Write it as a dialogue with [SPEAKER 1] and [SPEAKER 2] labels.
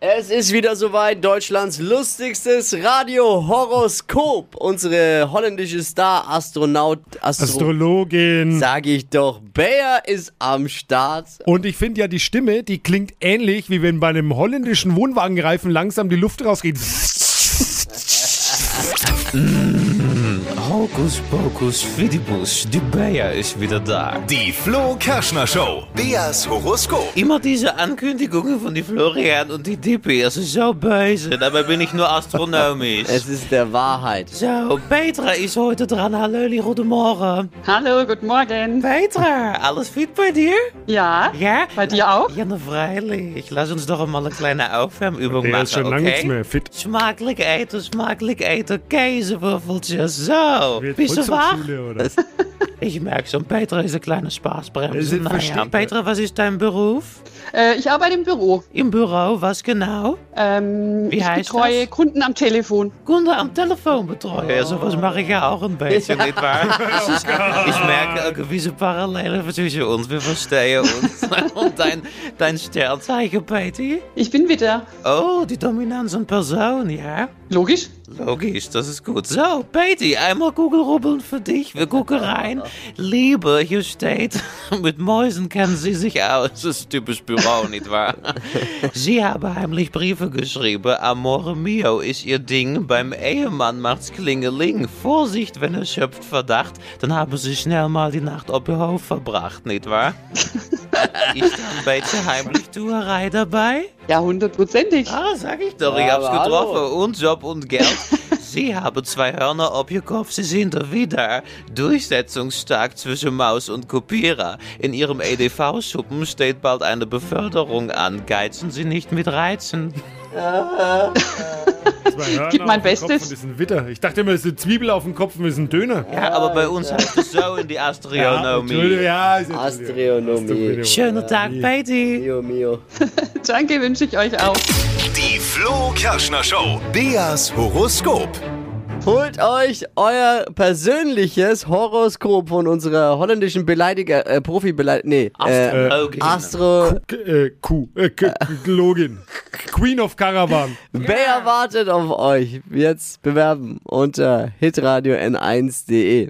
[SPEAKER 1] Es ist wieder soweit, Deutschlands lustigstes Radiohoroskop. Unsere holländische Star-Astronaut, Astro
[SPEAKER 2] Astrologin.
[SPEAKER 1] sage ich doch, Bayer ist am Start.
[SPEAKER 2] Und ich finde ja die Stimme, die klingt ähnlich, wie wenn bei einem holländischen Wohnwagenreifen langsam die Luft rausgeht.
[SPEAKER 3] Hocus pocus fidibus, die Bayer ist wieder da.
[SPEAKER 4] Die Flo Kerschner Show. Beas Horoskop.
[SPEAKER 3] Immer diese Ankündigungen von die Florian und die Dippy, als ze zo böse. Dabei bin ich nur astronomisch.
[SPEAKER 1] Es ist der Wahrheit.
[SPEAKER 3] So, Petra ist heute dran. Hallo, Lili, goedemorgen.
[SPEAKER 5] Hallo, guten Morgen.
[SPEAKER 3] Petra, alles fit bei dir?
[SPEAKER 5] Ja,
[SPEAKER 3] Ja?
[SPEAKER 5] bei dir auch?
[SPEAKER 3] Ja, nou, na freilich. Lass uns doch einmal eine kleine Aufwärmübung
[SPEAKER 2] Der
[SPEAKER 3] machen,
[SPEAKER 2] ist schon lange
[SPEAKER 3] okay?
[SPEAKER 2] nichts mehr fit.
[SPEAKER 3] Smakelijk eten, smakelijk eten, käsewürfeltjes, zo.
[SPEAKER 2] Wird
[SPEAKER 3] Bist du wach?
[SPEAKER 2] Volkshochschule, oder?
[SPEAKER 3] Ich merke schon, Petra ist eine kleine
[SPEAKER 2] Wir
[SPEAKER 3] Spaßbremse.
[SPEAKER 2] sind
[SPEAKER 3] Naja,
[SPEAKER 2] versteckt.
[SPEAKER 3] Petra, was ist dein Beruf?
[SPEAKER 5] Äh, ich arbeite im Büro.
[SPEAKER 3] Im Büro, was nou. genau?
[SPEAKER 5] Ähm,
[SPEAKER 3] Wie
[SPEAKER 5] ich
[SPEAKER 3] heißt
[SPEAKER 5] betreue
[SPEAKER 3] das?
[SPEAKER 5] Kunden am Telefon.
[SPEAKER 3] Kunde am Telefon betreuen. Ja, sowas mache ich ja auch ein bisschen, nicht wahr? Dus ich merke auch gewisse Parallelen zwischen uns. Wir verstehen uns. Und dein, dein Sternzeichen, Peter?
[SPEAKER 5] Ich bin Witter.
[SPEAKER 3] Oh, die Dominanz an Person, ja?
[SPEAKER 5] Logisch?
[SPEAKER 3] Logisch, das ist gut. So, Patty, einmal Kugelrubbeln für dich. Wir gucken rein. Liebe, hier steht, mit Mäusen kennen sie sich aus. Das ist typisch Büro, nicht wahr? Sie haben heimlich Briefe geschrieben. Amore mio ist ihr Ding. Beim Ehemann macht's klingeling. Vorsicht, wenn er schöpft Verdacht, dann haben sie schnell mal die Nacht auf ihr Hof verbracht, nicht wahr? ist da ein bisschen heimlich Tuerei dabei?
[SPEAKER 5] Ja, hundertprozentig.
[SPEAKER 3] Ah, sag ich doch, ich
[SPEAKER 1] Ja,
[SPEAKER 3] hab's
[SPEAKER 1] aber
[SPEAKER 3] getroffen.
[SPEAKER 1] hallo.
[SPEAKER 3] Und Job und Geld. Sie haben zwei Hörner auf ihr Kopf, sie sind da wieder. Durchsetzungsstark zwischen Maus und Kopierer. In ihrem EDV-Schuppen steht bald eine Beförderung an. Geizen Sie nicht mit Reizen.
[SPEAKER 2] Zwei Hörner
[SPEAKER 5] Gib
[SPEAKER 2] genau, auf den Kopf
[SPEAKER 5] mein Bestes.
[SPEAKER 2] Und das ist ein Witter. Ich dachte immer, das ist eine Zwiebel auf dem Kopf und das ist ein Döner. Ah,
[SPEAKER 3] Ja, aber bei uns heißt es so in die
[SPEAKER 2] Entschuldigung,
[SPEAKER 3] Astronomie.
[SPEAKER 2] ja, ist
[SPEAKER 1] Astronomie.
[SPEAKER 3] Schönen Tag, Patty.
[SPEAKER 1] Mio, mio.
[SPEAKER 5] Danke, wünsche ich euch auch.
[SPEAKER 4] Die Flo Kerschner Show. Beas Horoskop.
[SPEAKER 1] Holt euch euer persönliches Horoskop von unserer holländischen Beleidiger, äh, profi beleidiger nee, äh,
[SPEAKER 3] Astrologin.
[SPEAKER 1] Astro.
[SPEAKER 2] K äh, Kuh. Äh, K Login. Queen of Caravan.
[SPEAKER 1] Wer wartet auf euch? Jetzt bewerben unter hitradio n1.de.